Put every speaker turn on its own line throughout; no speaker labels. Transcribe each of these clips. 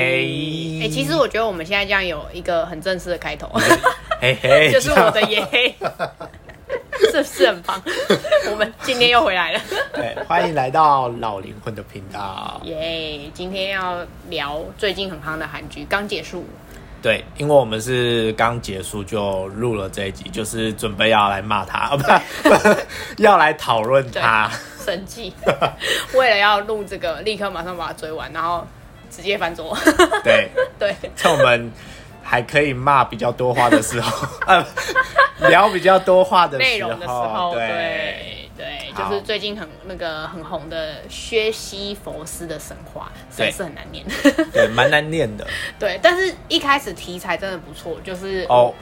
哎，其实我觉得我们现在这样有一个很正式的开头，
嘿嘿，
就是我的耶嘿， 是不是很 棒？我们今天又回来了，
对，哎欢迎来到老灵魂的频道。
耶！今天要聊最近很夯的韩剧，刚结束，
对，因为我们是刚结束就录了这一集，就是准备要来骂他， 啊不不，要来讨论他。
神 迹，为了要录这个，立刻马上把它追完，然后直接翻桌，
对，
对。
趁我们还可以骂比较多话的 时候，呃，聊比较多话的
内
时
容
候，
的时候，
啊对，
对对，
好
就是最近很那个很红的薛西佛斯的神话，实在
对
是很难念。
对，蛮难念的
对，但是一开始题材真的不错，就是
哦。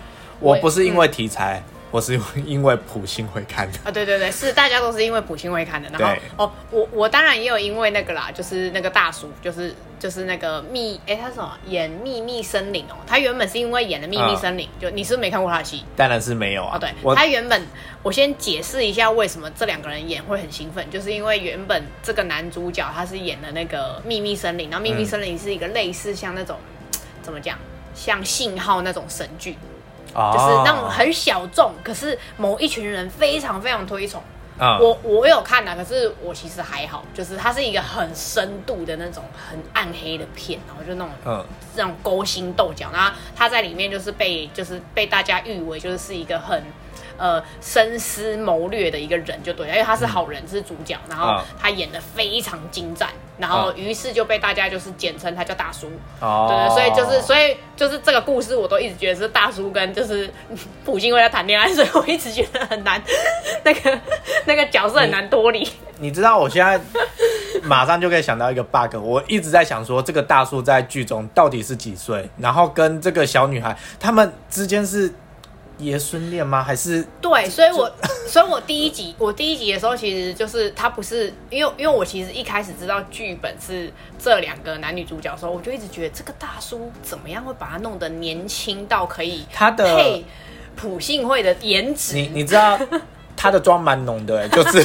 我
我
不是因为题材，我是因为普信会看的。
啊，对对对，是大家都是因为普信会看的，然后
对
哦，我我当然也有因为那个啦，就是那个大叔，就是就是那个秘，哎，他是什么演《秘密森林》哦，他原本是因为演了《秘密
嗯
森林》，就你是不是没看过他的戏？
当然是没有啊，
哦，对
我，
他原本我先解释一下为什么这两个人演会很兴奋，就是因为原本这个男主角他是演的那个《秘密森林》，然后《秘密森林》是一个类似像那种、怎么讲，像信号那种神剧，就是
哦
那种很小众，可是某一群人非常非常推崇。
嗯
我我有看啊，可是我其实还好，就是它是一个很深度的那种很暗黑的片，然后就那种
嗯
这种勾心斗角，然后他在里面就是被就是被大家誉为就是是一个很呃深思谋略的一个人就对了，因为他是好人、是主角，然后
啊
他演的非常精湛，然后
啊
于是就被大家就是简称他叫大叔，
哦，
对对，所以就是所以就是这个故事我都一直觉得是大叔跟就是普京为他谈恋爱，所以我一直觉得很难那个那个角色很难脱离。
你知道我现在马上就可以想到一个 bug，我一直在想说这个大叔在剧中到底是几岁，然后跟这个小女孩他们之间是爷孙恋吗？还是
对，所以我，所以我第一集，我第一集的时候，其实就是他不是，因为因为我其实一开始知道剧本是这两个男女主角的时候，我就一直觉得这个大叔怎么样会把他弄得年轻到可以
他的
配普信会的颜值，
你你知道他的妆蛮浓 的、欸，就是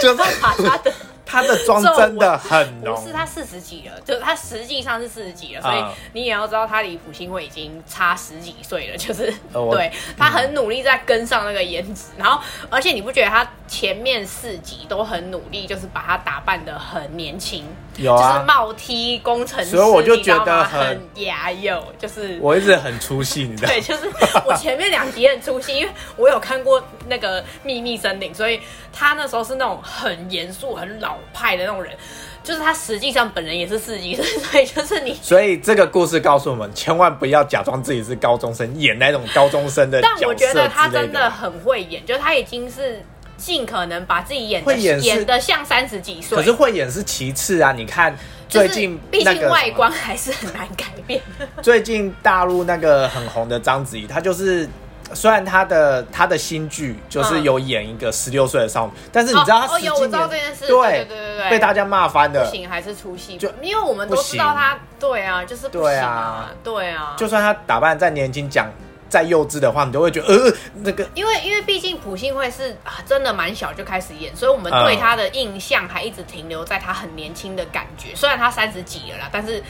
就是
把他的
他的妆真的很
不
浓，
是他四十几了，就是他实际上是四十几了，所
啊
以你也要知道他离普信会已经差十几岁了，就是、
呃我
对他很努力在跟上那个颜值，然后而且你不觉得他前面四集都很努力，就是把他打扮的很年轻，
有啊
就是帽 T 工程师，
所以我就
你知道
觉得
吗
很
很牙有，就是
我一直很出戏，你知道
对，就是我前面两集很出戏，因为我有看过那个《秘密森林》，所以他那时候是那种很严肃、很老派的那种人，就是他实际上本人也是四级生， 所以就是你。
所以这个故事告诉我们，千万不要假装自己是高中生，演那种高中生的角
但
色之类
我觉得他真
的
的很会演，就是他已经是尽可能把自己演的
会演是
演的像三十几岁，
可是慧眼是其次啊！你看
就是
最近
毕
那个
竟外
什么
观还是很难改 变。
最近大陆那个很红的章子怡，她就是虽然她的她的新剧就是有演一个十六岁的少女，但是你知道
嗯哦
她
哦
十几
有
年、
我知道这件事对对对对对
被大家骂翻
不
的。
行，还是出戏
就，
因为我们都
不
知道
行
他，对啊，就是不
对
行
啊，
对啊，
就算她打扮再年轻，讲再幼稚的话，你都会觉得呃那个
因为因为毕竟普信会是、啊、真的蛮小就开始演，所以我们对他的印象还一直停留在他很年轻的感觉。虽然他三十几了啦，但是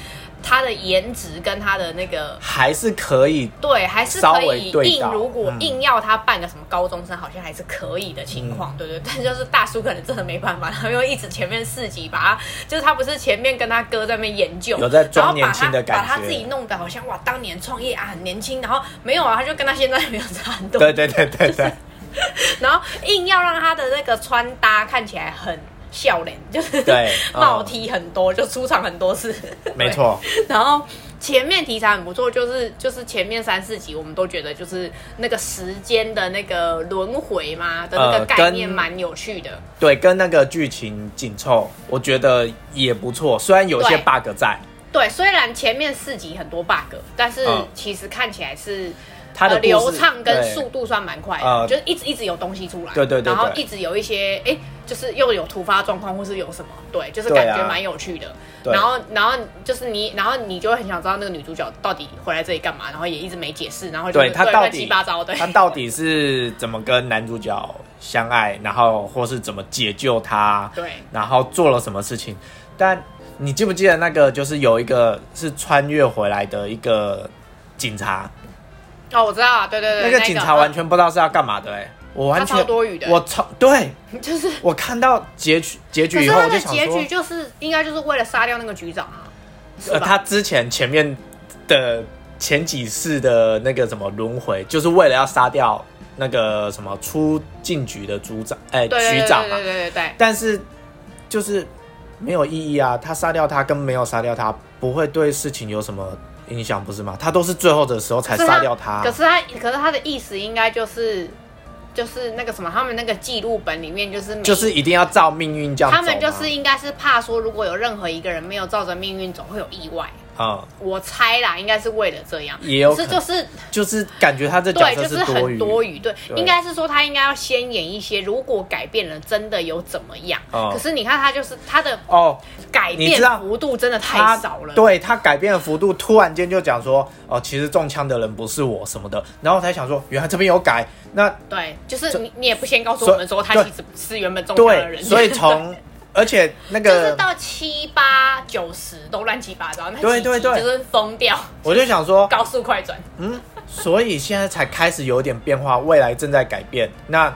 他的颜值跟他的那个
还是可以。
对还是
稍
可
微
以
对
硬
到，
如果
嗯
硬要他扮个什么高中生，好像还是可以的情
嗯
况，对对。 但就是大叔可能真的没办法，然后又一直前面四集把他，就是他不是前面跟他哥在那边研究，
有在装
然后把
年轻的感觉
他把他自己弄得好像哇，当年创业啊很年轻，然后没有啊，他就跟他现在没有差很多，
对对对对对，
然后硬要让他的那个穿搭看起来很笑脸，就是
对嗯
帽 T 很多，就出场很多次，
没错，
对。然后前面题材很不错，就是就是前面三四集我们都觉得就是那个时间的那个轮回嘛的那个
呃
概念
跟
蛮有趣的，
对，跟那个剧情紧凑，我觉得也不错。虽然有一些
对
bug 在，
对。虽然前面四集很多 bug，但是
嗯
其实看起来是。
它的
呃
故事
流畅跟
对
速度算蛮快的，
呃
就是一直一直有东西出来，
对对对
然后
对
一直有一些哎、诶就是又有突发状况或是有什么，对，就是
对啊
感觉蛮有趣的。
对
然后然后就是你，然后你就会很想知道那个女主角到底回来这里干嘛，然后也一直没解释，然后就
对他到
乱
底
七八糟的。
他到底是怎么跟男主角相爱，然后或是怎么解救他，
对
然后做了什么事情？但你记不记得那个就是有一个是穿越回来的一个警察，
哦，我知道，对对对，
那
个呃
个警察完全不知道是要干嘛的哎、我完
他超
全
多余的
我超对
嗯 就是，
我看到结局结
可
局
是
以后
他
我就
的
想
结
说
局，就是应该就是为了杀掉那个局长啊，是
呃，
吧
他之前前面的前几世的那个什么轮回，就是为了要杀掉那个什么出境局的组长，哎、
对对
局长嘛
对对。对对对，
但是就是没有意义啊，他杀掉他跟没有杀掉他不会对事情有什么影响，不是吗？他都是最后的时候才
可是
杀掉他。
可是他，可是他的意思应该就是就是那个什么，他们那个记录本里面就是每
就是一定要照命运这样走啊
他
吗
们就是应该是怕说，如果有任何一个人没有照着命运走，会有意外。
嗯，
我猜啦，应该是为了这样，
也有
可是
可能
就是
就是感觉他这角
对，
色
就是
多
很
余，
多余。对，
对
应该是说他应该要先演一些，如果改变了，真的有怎么样？
哦
可是你看他就是他的
哦。
改
你
变
知道
幅度真的太
他
少了。
对他改变的幅度，突然间就讲说，哦，其实中枪的人不是我什么的，然后我才想说，原来这边有改，那
对，就是
这
你你也不先告诉
所
我们说他
对
其实是原本中枪的
对，
人，
所以从而且那
就是
个，
到七八九十都乱七八糟，那
对
几集
对对
就是疯掉，
我就想说，
高速快转。
嗯，所以现在才开始有点变化，未来正在改变，那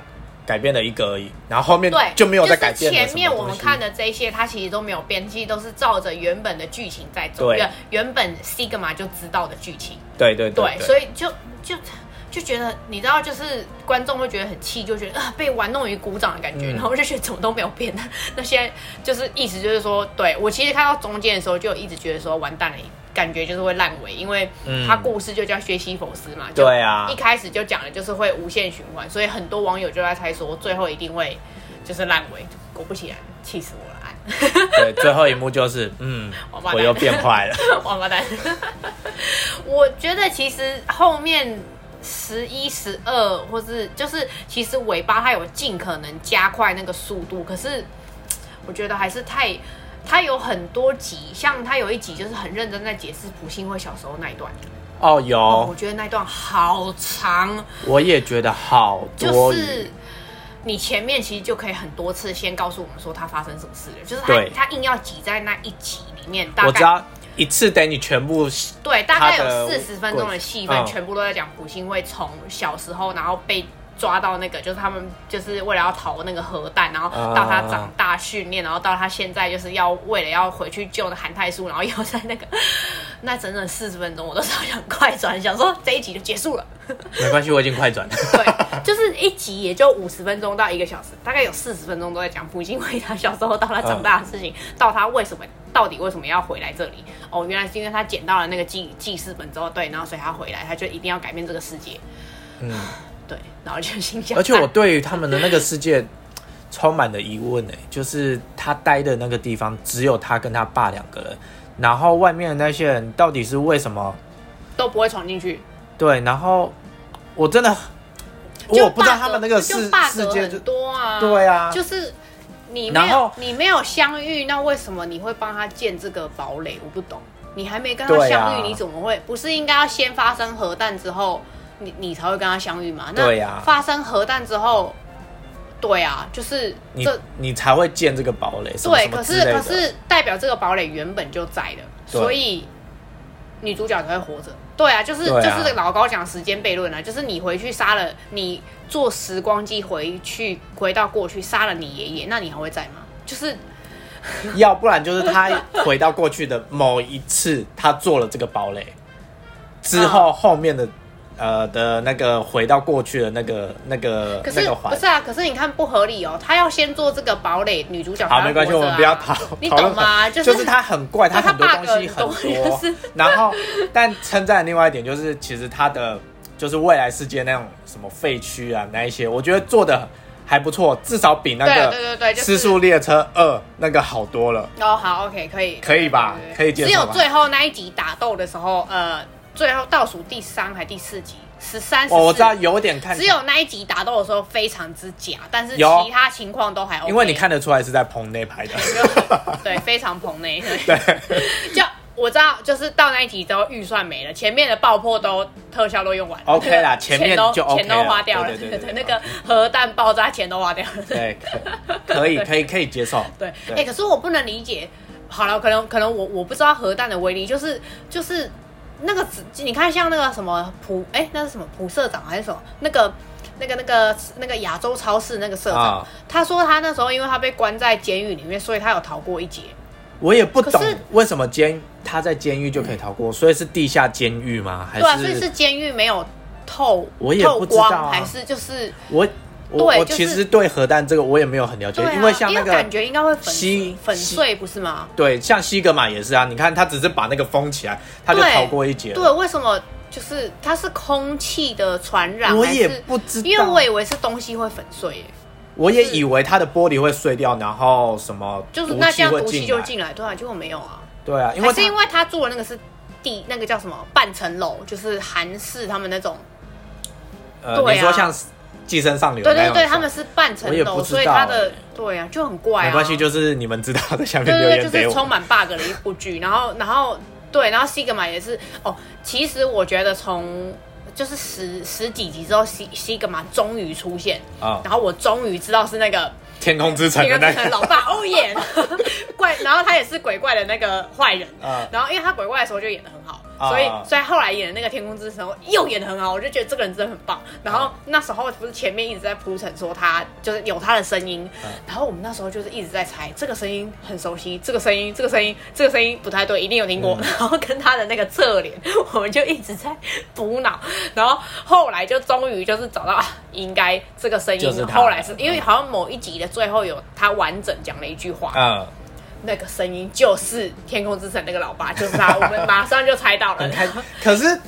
改变了一个而已，然后后面
对，
哎就没有再改变
就是
了
前面我们看
的，
的这些，它其实都没有变，其实都是照着原本的剧情在走，
对
原原本 Sigma 就知道的剧情。
对对
对，
对，
所
以
以就就就觉得，你知道，就是观众会觉得很气，就觉得啊、被玩弄于鼓掌的感觉，
嗯
然后就觉得怎么都没有变。那 那现在就是意思就是说，对我其实看到中间的时候，就一直觉得说完蛋了。感觉就是会烂尾，因为
嗯
他故事就叫薛西弗斯嘛，就
对啊
一，开始就讲的就是会无限循环，所以很多网友就在猜说最后一定会就是烂尾。果不其然，气死我了，哎
对，最后一幕就是， 嗯
王八，蛋
我又变坏 了，
王八蛋！我觉得其实后面十一、十二，或是就是其实尾巴它有尽可能加快那个速度，可是我觉得还是太。它有很多集，像它有一集就是很认真在解释朴信惠小时候那一段，
哦，有，
哦，我觉得那一段好长，
我也觉得好
就
多余，
是你前面其实就可以很多次先告诉我们说他发生什么事了，就是
对
他他硬要挤在那一集里面，大
我知
概
道一次等你全部
对，大概
他的
有四十分钟的戏份，
嗯
全部都在讲朴信惠从小时候，然后被。抓到那个就是他们就是为了要逃那个核弹，然后到他
啊
长大训练，然后到他现在就是要为了要回去救那韩泰树，然后又在那个 那整整四十分钟，我都超想快转，想说这一集就结束了。
没关系，我已经快转 了。
对，就是一集也就五十分钟到一个小时，大概有四十分钟都在讲朴信惠他小时候到他长大的事情，
嗯
到他为什么到底为什么要回来这里？哦，原来是因为他捡到了那个记记事本之后，对，然后所以他回来，他就一定要改变这个世界。
嗯，
对，然后就心想，
而且我对于他们的那个世界充满了疑问呢、欸就是他待的那个地方只有他跟他爸两个人，然后外面的那些人到底是为什么？
都不会闯进去，
对，然后我真的
就
我不知道
bug-
他们那个
就
世
bug
世界就
很多啊，
对啊
就是。你没
然
有
后
你没有相遇，那为什么你会帮他建这个堡垒？我不懂。你还没跟他
对啊
相遇，你怎么会？不是应该要先发生核弹之后，你你才会跟他相遇吗？那
对啊
发生核弹之后，对啊，就是
你
这
你才会建这个堡垒，什么
对，
什么
可
之
是
类的
可是代表这个堡垒原本就在的，
对
所以女主角才会活着。对啊，就是、
对啊
就是老高讲时间悖论啊，就是你回去杀了你坐时光机回去回到过去杀了你爷爷，那你还会在吗？就是
要不然就是他回到过去的某一次，他做了这个堡垒之
嗯
后，后面的呃的那个回到过去的那个那个
可是、
那个
不
环
是。啊？可是你看不合理哦，他要先做这个堡垒，女主角才
好，
会
没关系，
活
我
着
们
啊
不要讨
你
讨论
懂吗？
就是是他很怪，
他
他很多
bug
东西
很多
多
就是。
然后，但称赞的另外一点就是，其实他的就是未来世界那种什么废墟啊那一些，我觉得做的还不错，至少比那
对啊
个
对对对，
《
就是
失速列车二》那个好多了。
哦，好，OK，可以，
可以吧
对对对
可以接受
只有
吧
最后那一集打斗的时候，呃，最后倒数第三还第四集，十三，
哦，我知道
14
有点看起
只
来，
有那一集打斗的时候非常之假，但是
有
其他情况都还 OK。
因为你，看得出来是在棚内拍的。
对，非常棚内，对，
对，
就。我知道，就是到那一集之后预算没了，前面的爆破都特效都用完了
OK 啦
钱
哦前面
都
就 OK
钱都花
了
掉了，
对对对 对
那个核弹爆炸钱都花掉了，
对，可可以可以可以接受。
对，哎、
对
可是我不能理解，好了，可能可能我我不知道核弹的威力，就是就是那个子你看像那个什么普哎、那是什么普社长还是什么那个那个那个那个亚洲超市那个社长，
啊
他说他那时候因为他被关在监狱里面，所以他有逃过一劫。
我也不懂
可是
为什么监他在监狱就可以逃过，所以是地下监狱吗？还
对啊，所以是
是
监狱没有透
我也
透
不知道
光，
啊
还是就是
我我
对
我
就是
其实对核弹这个我也没有很了解
对、啊，，
因为像那个
感觉应该会粉
西
粉
西
碎，不是吗？
对，像西格玛也是啊，你看他只是把那个封起来，他就
对
逃过一劫了。
对，为什么就是它是空气的传染？
我
还
也
是
不知
因为
道
我以为是东西会粉碎耶，
我也以为它的玻璃会碎掉，然后什么
就是那这样
会
毒气就
来
进来，对啊，结果没有啊，
对啊，因为
还是
它
因为他住的那个是地那个叫什么半层楼，就是韩式他们那种，
呃，
对啊
你说像寄生上流
对
那
对
种
对，
是吧
他们是半层
我也
楼，
不知
所以他
道
的
欸
对啊就很怪啊，
没关系，就是你们知道的，下面
对
留
对对，就
言
是
给
充
我。
满 bug 的一部剧。然后，然后对，然后西格玛也是哦。其实我觉得从就是十十几集之后，西西格玛终于出现，
啊
然后我终于知道是那个
天空之城
那
的
个
那
变成
个
老爸欧耶怪，然后他也是鬼怪的那个坏人。
啊，
然后，因为他鬼怪的时候就演的很好，
啊
所以
啊
所以后来演的那个《天空之城》又演的很好，我就觉得这个人真的很棒。然后
啊
那时候不是前面一直在铺陈说他就是有他的声音，
嗯
然后我们那时候就是一直在猜这个声音很熟悉，这个声音这个声音这个声音不太对，一定有听过。
嗯
然后跟他的那个侧脸，我们就一直在补脑。然后后来就终于就是找到啊，应该这个声音
就是他
后来是因为
嗯
好像某一集的最后有他完整讲了一句话，
嗯，
那个声音就是《天空之城》那个老爸，就是他，我们马上就猜到了
很。开心。 可是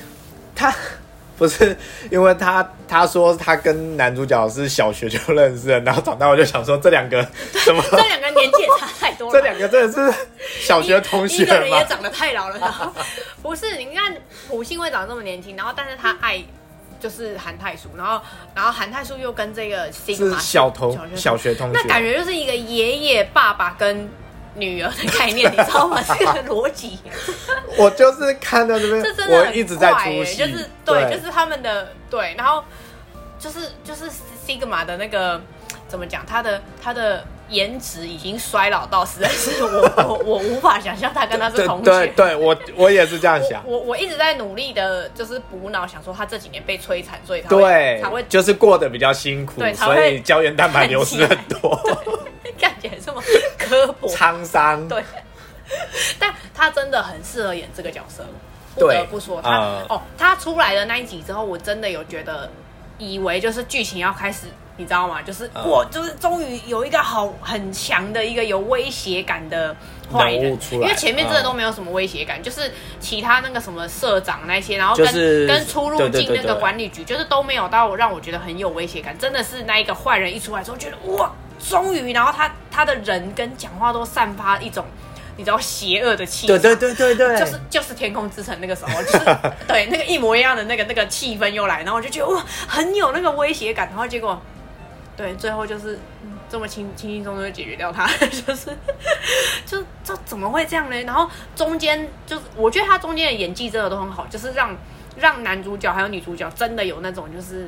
他 不是因为他他说他跟男主角是小学就认识的，然后长大我就想说这两 个怎么
这两个人年纪也差太多了，
这两个真的是小学同学
一个人
吗
也？长得太老了。然后不是，你看朴信惠长得这么年轻，然后但是他爱就是韩泰树，然后然后韩泰树又跟这个新
是小同小
小
学同
那感
学，
觉就是一个爷爷、爸爸跟女儿的概念，你知道 吗？这个逻辑。
我就是看到这
这
边，
真的
我
很
一直在
怪
出
欸
戏，
就是对，就是他们的对，然后就是就是 Sigma 的那个怎么讲，他的他的颜值已经衰老到实在是我我我无法想象他跟他是
对
同
对
学。
对，我我也是这样想
我。我我一直在努力的，就是补脑，想说他这几年被摧残，所以他会
对
才会，
就是过得比较辛苦
对，才会
所以胶原蛋白流失很 多，
看起来这么刻薄。
沧桑。
对但他真的很适合演这个角色，不
对
得不说他、
嗯
哦，他出来的那一集之后，我真的有觉得，以为就是剧情要开始，你知道吗？就是、
嗯
我就是终于有一个好很强的一个有威胁感的坏
人
人
物，出
因
来
为前面真的
嗯
都没有什么威胁感，就是其他那个什么社长那些，然后跟、
就是
跟出入
对对
境
对
那个
对
管理局，就是都没有到让我觉得很有威胁感，真的是那一个坏人一出来之后，觉得哇，终于，然后他他的人跟讲话都散发一种。你知道邪恶的气场，
对对对对对，
就是就是《天空之城》那个时候，就是对那个一模一样的那个那个气氛又来，然后我就觉得哇，很有那个威胁感，然后结果对最后就是、嗯这么轻轻轻松松就解决掉它， 就是就这怎么会这样呢？然后中间就是我觉得他中间的演技真的都很好，就是让让男主角还有女主角真的有那种就是。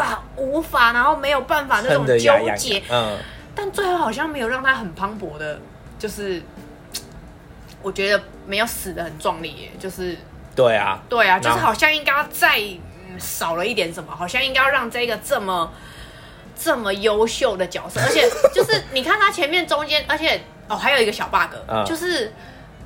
啊，无法，然后没有办啊法那种
撑得
纠
牙痒
结，
痒。嗯，
但最后好像没有让他很磅礴的，就是我觉得没有死的很壮烈耶，就是
对啊，
对啊，就是
那
好像应该要再、嗯少了一点什么，好像应该要让这个这么这么优秀的角色，而且就是 你看他前面中间，而且哦还有一个小 bug，、
嗯
就是。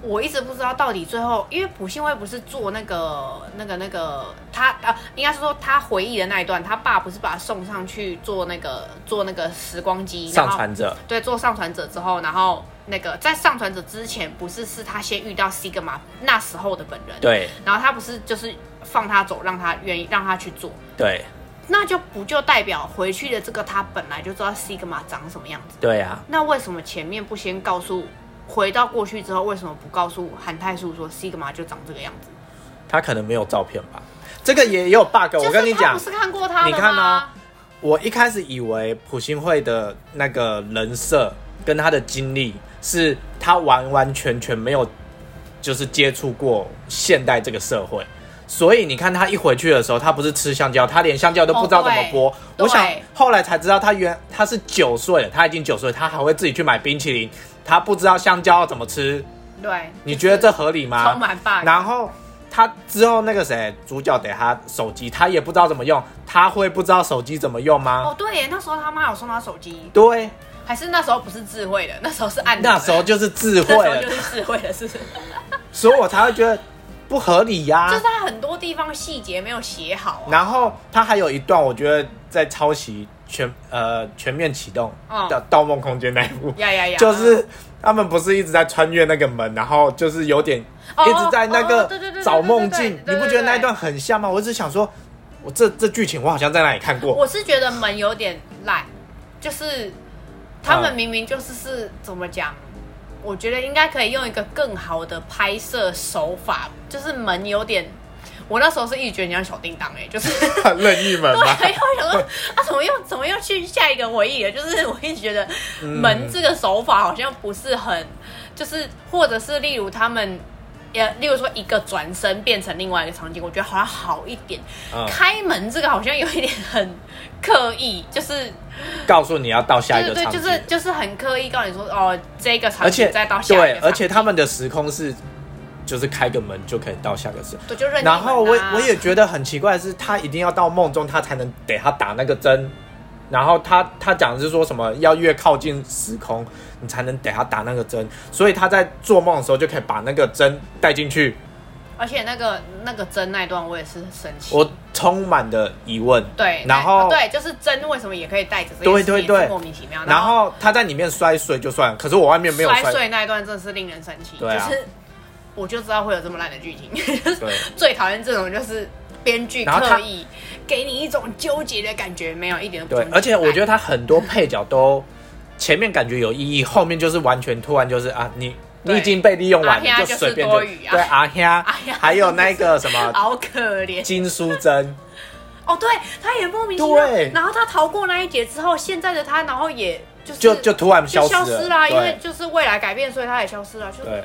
我一直不知道到底最后，因为朴信惠不是做那个、那个、那个，他啊，应该是说他回忆的那一段，他爸不是把他送上去做那个做那个时光机，然
上
后
传者
对，做上传者之后，然后那个在上传者之前，不是是他先遇到 Sigma 那时候的本人，，
对
然后他不是就是放他走，让他愿意让他去做，
对
那就不就代表回去的这个他本来就知道 Sigma 长什么样子，
对啊，
那为什么前面不先告诉？回到过去之后，为什么不告诉韩泰树说 Sigma 就长这个样子？
他可能没有照片吧，这个也有 bug。我哦跟你讲
就是他不，是看过他的
你看
吗
啊？我一开始以为朴信惠的那个人设跟他的经历是他完完全全没有，就是接触过现代这个社会。所以你看他一回去的时候，他不是吃香蕉，他连香蕉都不知道怎么剥。
哦对
我想
对
后来才知道，他原他是九岁了，他已经九岁，他还会自己去买冰淇淋，他不知道香蕉要怎么吃，
对，
你觉得这合理吗？
充满 bug？
然后他之后那个谁，主角给他手机，他也不知道怎么用，他会不知道手机怎么用吗？
哦，对耶，那时候他妈有送他手机，
对，
还是那时候不是智慧的，那时候是按钮的
那时候就是智慧
那时候就
了，
是智慧的，是不是？
所以我才会觉得不合理呀、
就是他很多地方细节没有写好啊。
然后他还有一段，我觉得在抄袭全呃全面启动
嗯
的《盗梦空间》那一 部，
呀呀呀！
就是他们不是一直在穿越那个门，然后就是有点
哦
一直在那
哦
个
对对对对
找梦
对
境，
对对
你不觉得那一段很像吗？我只想说，我这这剧情我好像在哪里看过，
我是觉得门有点烂，就是他们
嗯
明明就是是怎么讲？我觉得应该可以用一个更好的拍摄手法，就是门有点。我那时候是一直觉得你像小叮当哎、欸，就是对，
任意门嘛。
然后我想说啊，怎么又怎么又去下一个回忆了？就是我一直觉得门这个手法好像不是很，就是或者是例如他们，也例如说一个转身变成另外一个场景，我觉得好像好一点。
嗯，
开门这个好像有一点很刻意，就是
告诉你要到下一
对
个
对，
场
就
景。
是就是很刻意告诉你说哦，这个场
而且
景再到下一个
对
场，景
而且他们的时空是，就是开个门就可以到下个时。
对就认、啊、
然后我我也觉得很奇怪的是，他一定要到梦中他才能给他打那个针，然后他他讲的是说什么要越靠近时空，你才能给他打那个针，所以他在做梦的时候就可以把那个针带进去。
而且那个那个针那一段我也是很生气，
我充满了疑问。
对，
然后
对就是针为什么也可以带着，这件
对
事情
对
也
对
是莫名其妙，
然后他在里面摔碎就算了，可是我外面没有
啊摔
摔。
碎那一段真的是令人生气，
对啊
就是我就知道会有这么烂的剧情，
对，
最讨厌这种就是编剧
然后他
刻意给你一种纠结的感觉，没有一点都不
对
纠，结
而且我觉
哎
得他很多配角都前面感觉有意义，后面就是完全突然就是啊，你
对
你已经被利用完
阿
了，
兄
就随便
就
就是
多余啊
对 阿香
阿兄，
还有那个什么
哎好可怜。
金淑珍，
哦，对，他也莫名其妙
对。
然后他逃过那一劫之后，现在的他，然后也就是
就就突然
就
消
消
失
失啦，因为
对
就是未来改变，所以他也消失了。就
对，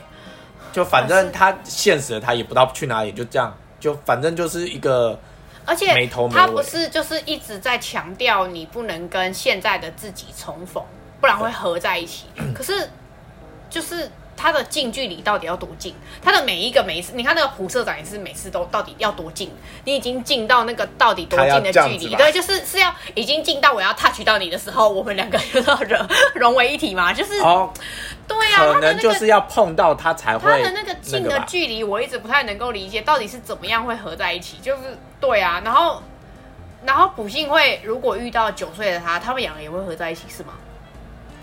就反
啊
正他现实的他也不知道去哪里，就这样，就反正就是一个
而且
没头没尾
他不是就是一直在强调你不能跟现在的自己重逢，不然会合在一 起。可是就是他的近距离到底要多近？他的每一个每一次，你看那个胡社长也是每次都到底要多近？你已经近到那个到底多近的
他要这
距
样子
离？
吧
对，就是是要已经近到我要 touch 到你的时候，我们两个就要融融为一体嘛？就是、
哦，
对呀、啊，
可
他的
能
那
就
个。
是要碰到他才会
他的那个近的
吧
距离，我一直不太能够理解，到底是怎么样会合在一起？就是对啊，然后然后普信会如果遇到九岁的他，他们两个也会合在一起是吗？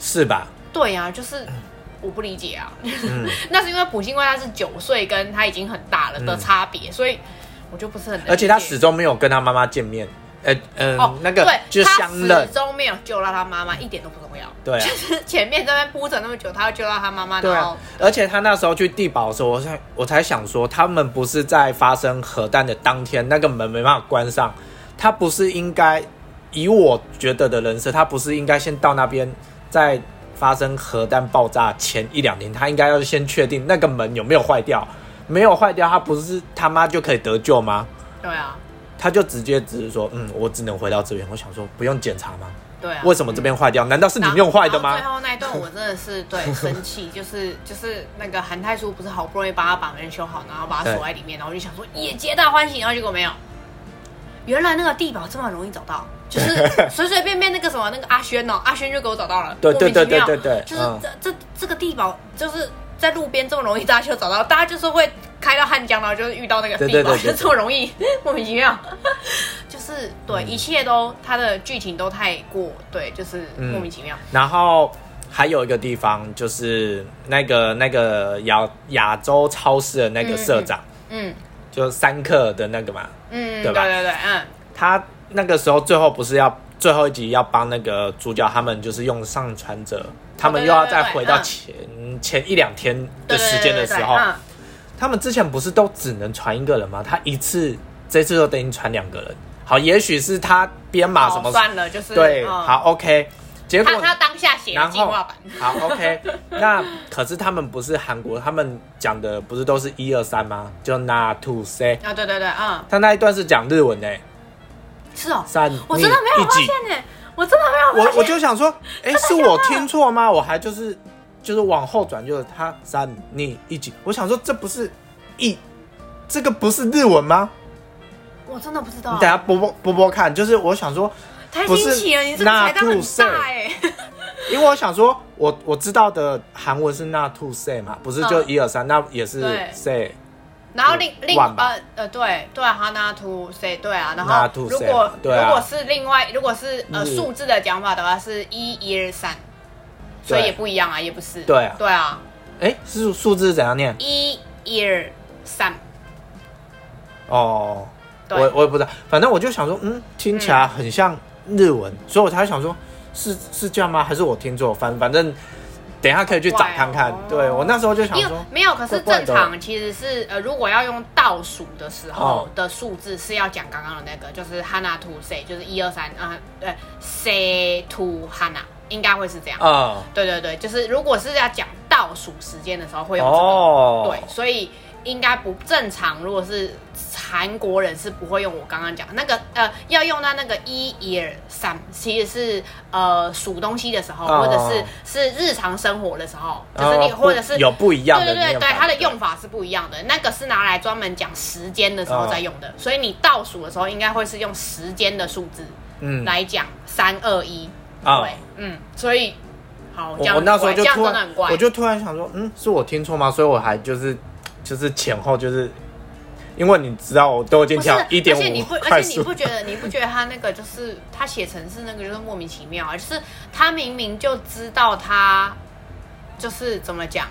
是吧？
对啊，就是我不理解啊，
嗯
那是因为普信会他是九岁，跟他已经很大了的差别，所以我就不是很能理解
嗯而且他始终没有跟他妈妈见面，呃嗯、
哦
那个
对，
就是
他
相认
始，终没有救到他妈妈，一点都不重要。
对啊
就是前面这边铺陈那么久，他要救到他妈妈，
对
然
啊
后，
而且他那时候去地堡的时候，我才我才想说，他们不是在发生核弹的当天，那个门没办法关上，他不是应该以我觉得的人设，他不是应该先到那边，在发生核弹爆炸前一两天，他应该要先确定那个门有没有坏掉，没有坏掉，他不是他妈就可以得救吗？
对啊，
他就直接只是说，嗯，我只能回到这边。我想说，不用检查吗？
对啊，
为什么这边坏掉？难道是你用坏的吗
然？后最后那一段我真的是对生 气，就是就是那个韩泰洙不是好不容易把他把门修好，然后把他锁在里面，然后我就想说也皆大欢喜，然后结果没有。原来那个地堡这么容易找到，就是随随便便那个什么那个阿轩哦，阿轩就给我找到了，
对
莫名
对
其
对
妙
对对对
就是
嗯
这这这个地堡就是在路边这么容易大家就找到，大家就是会开到汉江，然后就是遇到那个
对
地
对
堡，
对对
就这么容易， 莫名其妙。就是对，
嗯
一切都它的剧情都太过，对，就是
嗯
莫名其妙。
然后还有一个地方就是那个那个亚亚洲超市的那个社长，
嗯
就三克的那个嘛，
嗯，
对
对
吧
对对，嗯，
他那个时候最后不是要最后一集要帮那个主角他们就是用上传者，他们又要再回到
哦对嗯
前前一两天
对
的时间的时候，
对对对对嗯
他们之前不是都只能传一个人吗？他一次这次就等于传两个人。好，也许是他编码什
哦
么
算了，就是
对，
嗯
好，OK。结果
他他当下写
然
了进
后
化版，
好，OK 那。可是他们不是韩国，他们讲的不是都是一二三吗？就那 to say，
啊，对对对，嗯，
他那一段是讲日文诶，
是哦，
三
我真的没有
逆一
发
级
现呢，我真的没有发现，
我我就想说，哎、是我听错吗？我还就是就是往后转，就是他三你一起。我想说，这不是一，这个不是日文吗？
我真的不知
你
道
等。下播播播播看，就是我想说，
太
不
新
是
奇了，你这个彩蛋很大
Natusei
哎、
因为我想说，我我知道的韩文是那 to say 嘛，不是就
嗯
一二三，那也是
对
say。
然后另另
万吧
呃呃对对哈纳图 say 对啊，然
那
后
to
如
say
果
嘛对啊
如果是另外如果是呃
日
数字的讲法的话是一一二三，所以
对
也不一样啊，也不是
对啊
对啊
哎、是数字是怎样念？
一一二三，
哦，我
对
我也不知道，反正我就想说，嗯，听起来很像日文，所以我才想说，是是这样吗？还是我听错？反反正等一下可以去找看
怪
看。
哦
对我那时候就想
因为
说，
没有，可是
怪怪
正
的
常其实是呃，如果要用倒数的时候
哦
的数字是要讲刚刚的那个，就是 hana to say，就是一二三，嗯，对，say to hana，应该会是这样。
嗯，
对对对，就是如果是要讲倒数时间的时候会用这个，
哦，
对，所以应该不正常。如果是韩国人是不会用我刚刚讲的那个呃，要用到那个一、一、二、三，其实是呃数东西的时候，
哦
或者是是日常生活的时候，就
哦
是你、
不
或者是
有不一样的
对对对
念法
对，它的用法是不一样的。那个是拿来专门讲时间的时候
哦
在用的，所以你倒数的时候应该会是用时间的数字
嗯
来讲三二一。
啊
对，嗯，所以好，这
我
样
我
很
那时候
怪
就
这样
突
真的
然
很，怪，
我就突然想说，嗯，是我听错吗？所以我还就是就是前后就是，因为你知道我都已经
不是
调一点
而且你
五
不，
快
而且你
速
不觉得，你不觉得他那个就是他写成是那个就是莫名其妙啊？就是他明明就知道他就是怎么讲，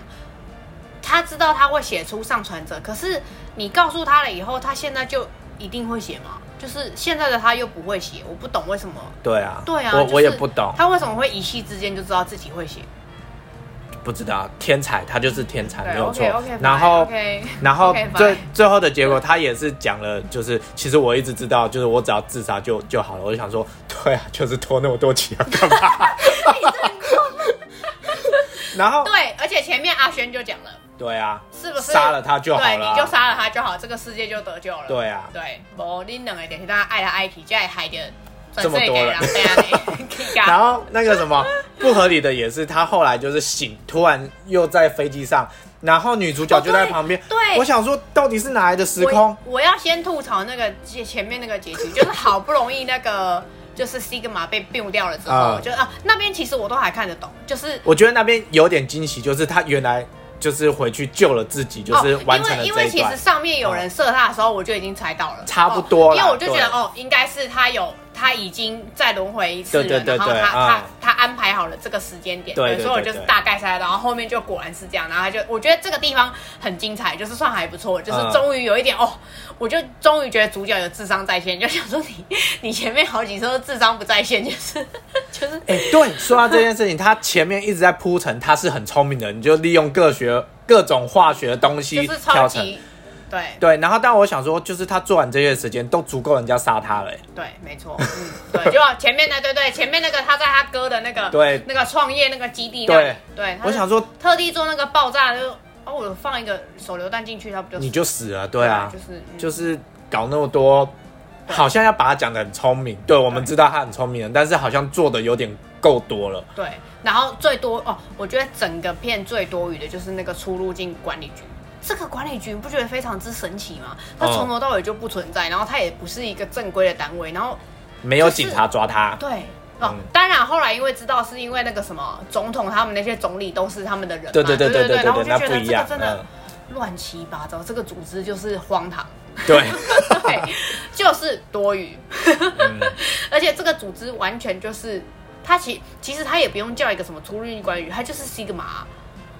他知道他会写出上传者，可是你告诉他了以后，他现在就一定会写吗？就是现在的他又不会写，我不懂为什么。
对啊，
对啊，
我、
就是
我也不懂，
他为什么会一夕之间就知道自己会写。
不知道天才，他就是天才，啊没有错。
OK OK，
然后。
OK，
然后
OK，
最
fine
最后的结果，他也是讲了，就是其实我一直知道，就是我只要自杀就就好了。我就想说，对啊，就是拖那么多集要 干嘛？然后
对，而且前面阿轩就讲了。
对啊，
是不是
杀了他就好了啊
对，你就杀了他就好，这个世界就得救了。
对啊
对，无你两个就是大家爱来爱去，才会害的
这么多人
对啊， 你
然后那个什么不合理的也是，他后来就是醒，突然又在飞机上，然后女主角就在旁边、
哦对对
我想说到底是哪来的时空
我？我要先吐槽那个前前面那个结局，就是好不容易那个就是 Sigma 被 biu 掉了之后，
啊
就啊那边其实我都还看得懂，就是
我觉得那边有点惊喜，就是他原来就是回去救了自己，就是
哦
完成了
因
这
为因为
一
其
段。
实上面有人射他的时候，我就已经猜到了，
差不多
哦
啦
因为我就觉得
对
哦，应该是他有他已经再轮回一次了，
对对对
然后
对
他、
啊
他他安排好了这个时间点，
对对
所以我
对
就是
对
大概猜到，然后后面就果然是这样，然后他就我觉得这个地方很精彩，就是算还不错，就是
嗯
终于有一点、哦，我就终于觉得主角有智商在线，就想说你 你前面好几次都智商不在线，就是就是。
哎、对，说到这件事情，他前面一直在铺陈，他是很聪明的人，你就利用各学各种化学的东
就
西
是超
调成。
级，对
对，然后但我想说，就是他做完这些时间都足够人家杀他了、哎
对，没错，嗯，对，就前面那对对，前面那个他在他哥的那个
对
那个创业那个基地那里，对，他
我
是
想说
特地做那个爆炸，就哦，我放一个手榴弹进去，他不就
你
死
就死了，对啊，
就是嗯
就是搞那么多，好像要把他讲的很聪明。对，我们知道他很聪明的，但是好像做的有点够多了。
对，然后最多哦，我觉得整个片最多余的就是那个出入境管理局。这个管理局你不觉得非常之神奇吗？它
嗯
从头到尾就不存在，然后它也不是一个正规的单位，然后
没有警察抓他，
对哦，
嗯
当然后来因为知道是因为那个什么总统他们那些总理都是他们的人嘛，
对
对
对对
对
对
然后我
对，
就
那
觉
不
得
一
这个
样，
真的
嗯，
乱七八糟，这个组织就是荒唐，
对，
对，就是多余，
嗯
而且这个组织完全就是。它其其实它也不用叫一个什么出入境管理局，它就是 Sigma，啊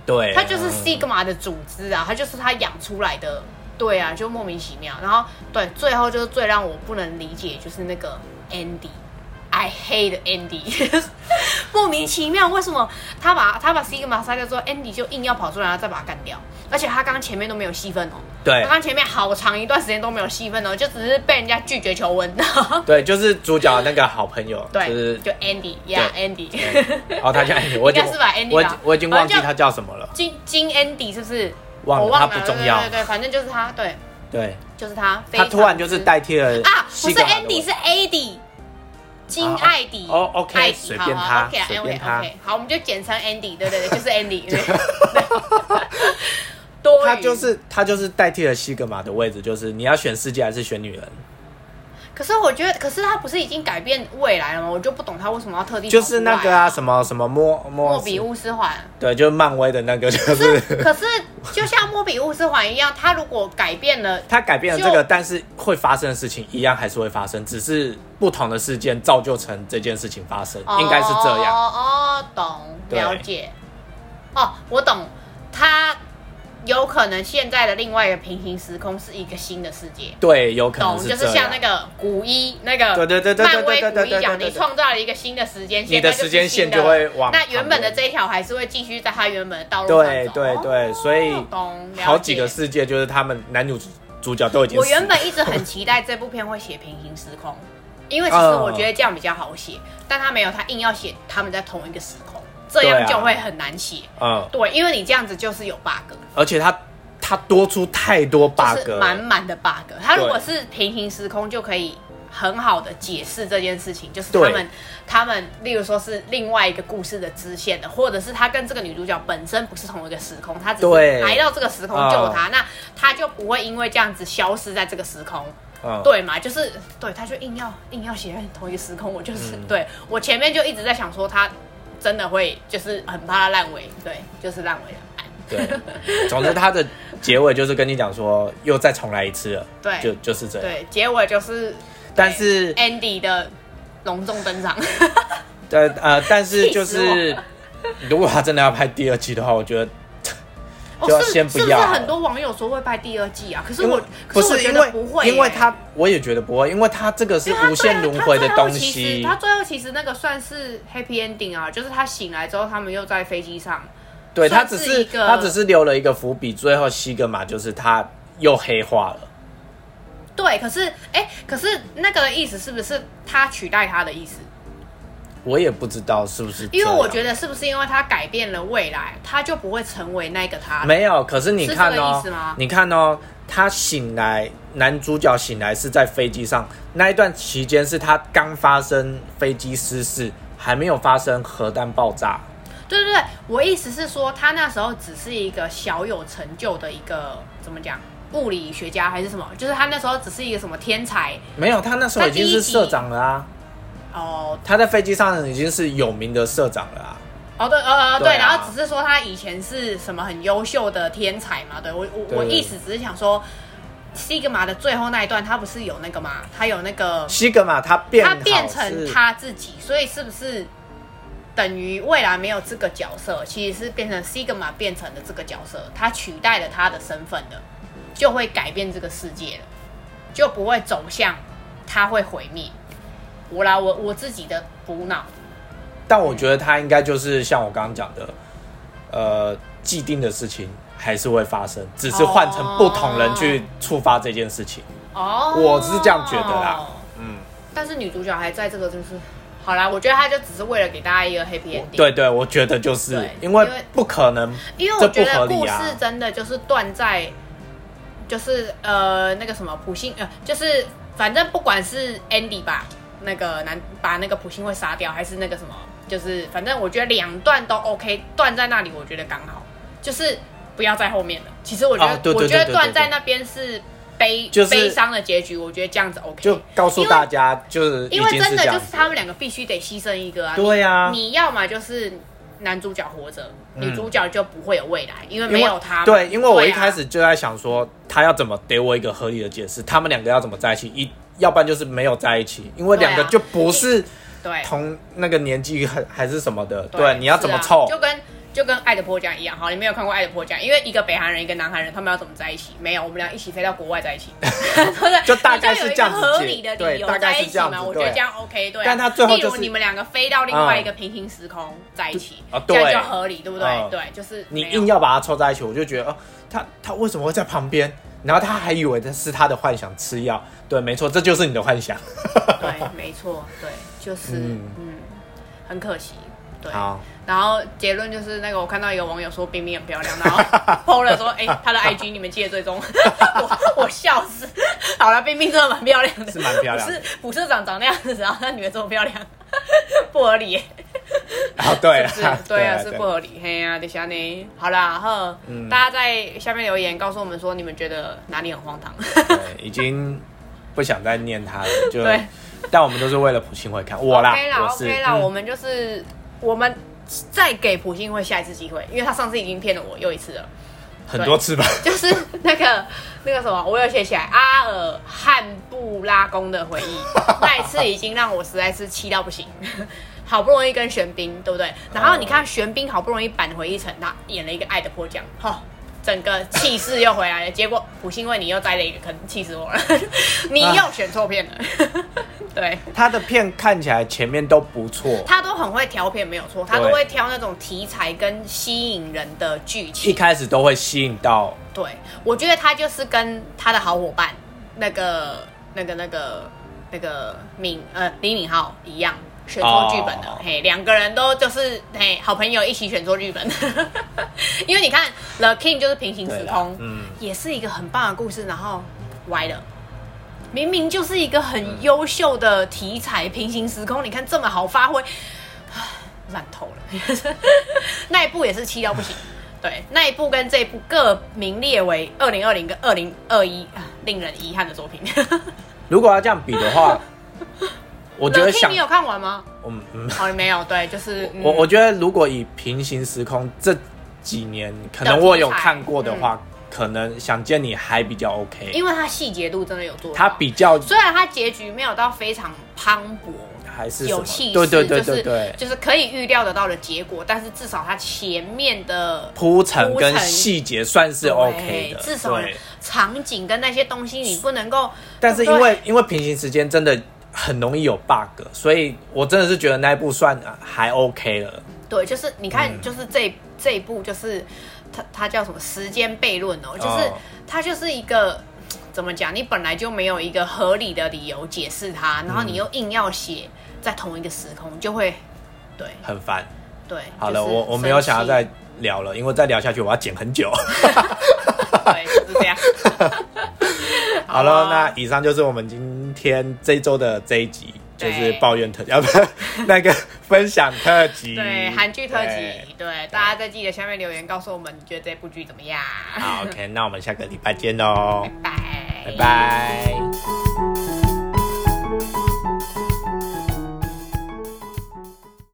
对，
它就是
嗯
Sigma 的组织啊，它就是它养出来的，对啊，就莫名其妙。然后对，最后就是最让我不能理解就是那个 Andy，I hate Andy，莫 名其妙为什么他把他把 Sigma 杀掉之后，Andy 就硬要跑出来，然后再把他干掉，而且他刚前面都没有戏份哦，
对
刚刚前面好长一段时间都没有戏份哦，就只是被人家拒绝求婚，
对，就是主角那个好朋友，就
对，
是
就 Andy，yeah，Andy，
对哦，他叫 Andy，我已经
应该是吧，Andy 吧
我已经我已经忘记
反正就
他叫什么了，
金金 Andy 是不是？
忘了
我忘了，
他不重要
对对对，反正就是他，对，
对
就是他。
他突然就是代替了
啊，不
西
是
格玛的
Andy 是 AD，金艾迪，
哦哦，OK，
艾迪
随
好
便
好
他
，OK
随
OK
便他
OK，好，我们就简称 Andy，对对对，就是 Andy，对对多余
他就是他就是代替了西格玛的位置，就是你要选世界还是选女人？
可是我觉得，可是他不是已经改变未来了吗？我就不懂他为什么要特地
就是那个啊，什
么
么什么莫莫
莫比乌斯 环。
对，就是漫威的那个，就
可是
是
可是，就像莫比乌斯环一样，他如果改变了，
他改变了这个，
就
但是会发生的事情一样还是会发生，只是不同的事件造就成这件事情发生，应该是这样。
哦哦，懂，
对
了解。哦，我懂，他有可能现在的另外一个平行时空是一个新的世界。
对，有可能
懂，
是
就
这
是
样。
像那个古一那个，
对对对对对
漫威
对对
古
对
一
对
讲，
对对
你创造了一个新的时间线，
你的
那就是
时间线
新的
就会往
那原本的
旁边
这一条还是会继续在它原本的道路上
对
走。
对对，所以
哦懂了解
好几个世界就是他们男女主主角都已经
我
死了
原本一直很期待这部片会写平行 时空，因为其实我觉得这样比较好
哦
写，但他没有，他硬要写他们在同一个时空，这
对
样
啊
就会很难写。
嗯，
对，因为你这样子就是有 bug，
而且他他多出太多 bug，
就是
了
满满的 bug。它如
对
果是平行时空，就可以很好的解释这件事情，就是他
对
们他们，例如说是另外一个故事的支线的，或者是他跟这个女主角本身不是同一个时空，他只是
对
来到这个时空救她，那他就不会因为这样子消失在这个时空。
嗯，
对嘛，就是对，他就硬要硬要写在同一个时空，我就是、
嗯
对我前面就一直在想说他真的会就是很怕他烂尾，对，就是烂尾了，哎
对，总之他的结尾就是跟你讲说又再重来一次了，
对
就就是这样。
对，结尾就是
但是
Andy 的隆重登场，
呃呃，但是就
气
是如果他真的要拍第二季的话，我觉得
哦
就要
是
先不
是不是
要
很多网友说会拍第二季啊？可是
因
我
为
可
不
是我
是
觉
因
得
为
不会耶、欸
因为他我也觉得不会，因为他这个是
因为他
无限轮回的东西。
他最后其实那个算是 happy ending 啊，就是他醒来之后，他们又在飞机上。
对他
算
只
是
是
一个
他只是留了一个伏笔，最后西格玛就是他又黑化了。
对，可是哎、可是那个意思是不是他取代他的意思？
我也不知道是不是这
因
样，
为我觉得是不是因为他改变了未来，他就不会成为那个他了？
没有。可是你看
是这个意
哦
思吗，
你看哦，他醒来，男主角醒来是在飞机上那一段期间，是他刚发生飞机失事，还没有发生核弹爆炸。
对对对，我意思是说，他那时候只是一个小有成就的一个怎么讲，物理学家还是什么，就是他那时候只是一个什么天才
没有，他那时候已经是社长了啊，
哦
他在飞机上已经是有名的社长了啊。
哦对呃对
对啊
然后只是说他以前是什么很优秀的天才嘛，对我我我
对
意思只是想说，西格玛的最后那一段他不是有那个嘛，他有那个
西格玛他变
他
好
变
是
成他自己，所以是不是？等于未来没有这个角色，其实是变成 Sigma 变成了这个角色，他取代了他的身份了，就会改变这个世界了，就不会走向他会毁灭。我啦，我我自己的补脑，
但我觉得他应该就是像我刚刚讲的，呃，既定的事情还是会发生，只是换成不同人去触发这件事情。
哦，
我是这样觉得啦。嗯，
但是女主角还在这个，就是好啦，我觉得她就只是为了给大家一个 happy ending。
对对，我觉得就是
对
因为
因为
不可能，
因为我觉
这不合
得
理
故
啊
事真的就是断在，就是呃那个什么普信呃，就是反正不管是 Andy 吧，那个男把那个普信会杀掉，还是那个什么，就是反正我觉得两段都 OK，断在那里我觉得刚好，就是不要在后面了。其实我觉得，
啊对对
我觉得
对对对
断在那边是悲、
就是
悲伤的结局，我觉得这样子 OK。
就告诉大家就是已
因为
经
真
是
的
这
就
样
是
子。
他们两个必须得牺牲一个啊。你
对啊嗯
你要么就是男主角活着，女主角就不会有未来，因为
因为
没有他嘛。
对，因为我一
啊
开始就在想说，他要怎么给我一个合理的解释，他们两个要怎么在一起，一要不然就是没有在一起，因为
对啊
两个就不是
对
同那个年纪还还是什么的，对，你要怎么
是啊
凑？
就跟就跟《爱的迫降》一样，好，你没有看过《爱的迫降》，因为一个北韩人，一个南韩人，他们要怎么在一起？没有，我们俩一起飞到国外在一起，对不对？
就大概是这样子
你就有一个合理的
解
理由
对大概
在
是
一起
这样
嘛，
子
我觉得
对
这样 OK，对啊。
但他最后就是
例如你们两个飞到另外一个平行时空在一起，
嗯啊
这样
对
就合理，对不对？
嗯
对，就是
你
没有
硬要把它凑在一起，我就觉得，哦，他他为什么会在旁边？然后他还以为这是他的幻想，吃药。对，没错，这就是 你的幻想。
嗯对，没错，对，就是嗯很可惜。对。
好，
然后结论就是那个，我看到一个网友说冰冰很漂亮， 然后 PO 了说，哎、她的 IG 你们记得追踪， 我我笑死。好了，冰冰真的蛮漂亮的，
是蛮漂亮
不
的
是不是长长那样子，然后那女的这么漂亮， 不合理耶。
啊， 对啊 嗯
是，对啊，是
对
不合理。嘿啊，等下呢，好啦，呵，大家在下面留言告诉我们说你们觉得哪里很荒唐。
对，已经不想再念他了，就
对，
但我们都是为了普信会看我啦
OK 啦
我是
，OK 啦，
嗯
我们就是我们再给普信会下一次机会，因为他上次已经骗了我又一次了，
嗯很多次吧，
就是那个那个什么，我有写起来阿尔汉布拉宫的回忆，那一次已经让我实在是气到不行。 好不容易跟玄彬，对不对？然后你看玄彬好不容易扳回一城，他演了一个《爱的迫降》，哈、整个气势又回来了。结果普信会你又栽了一个坑，气死我了！ 你又选错片了， 对。
他的片看起来前面都不错，
他都很会挑片，没有错，他都
对
会挑那种题材跟吸引人的剧
一
情。
开始都会吸引到
对，我觉得他就是跟他的好伙伴那个、那个、那个、那个敏呃李敏镐一样。选错剧本的
哦
嘿，两个人都就是嘿好朋友一起选错剧本， 因为你看《The King》就是平行时
对啦
空，
嗯
也是一个很棒的故事，然后歪了，明明就是一个很优秀的题材，平行时空，你看这么好发挥，啊烂透了。 那一部也是气到不 行。对，那一部跟这一部各名列为二零二零跟二零二一啊令人遗憾的作品。
如果要这样比的话，我觉
The
得
King
想
你，有看完 吗？
嗯嗯，
哦，你没有，对，就是、嗯
我我觉得如果以平行时空这几年，可能我有看过的话，可能想见你还比较 OK，
因为它细节度真的有做到，
他比较
虽然它结局没有到非常磅礴，
还是什
有
么
气势，
对对对对
就是
对，
就是可以预料得到的结果，但是至少它前面的
铺陈
铺
跟
陈
细节算是
对
OK 的，
至少
对
场景跟那些东西你不能够，
但是
对
因
不对
为因为平行时间真的很容易有 bug，所以我真的是觉得那一部算啊还 OK 了。
对，就是你看，
嗯
就是这这一部就是它它叫什么时间悖论哦，就是
哦
它就是一个。怎么讲？你本来就没有一个合理的理由解释它，然后
嗯
你又硬要写在同一个时空，就会，对
很烦。
对。
好了，
就是
我我没有想要
生气
再聊了，因为再聊下去我要剪 很久。
对，就是这 样。
好
好
了，
啊
那以上就是我们今天这一周的这一集，就
对
是抱怨特 辑，啊不是那个分享特辑，
对，韩剧特
对
辑，。对，大家在记得下面留言告诉我们，你觉得这部剧怎么样？
好，OK，那我们下个礼拜见喽，
拜拜，
拜。拜。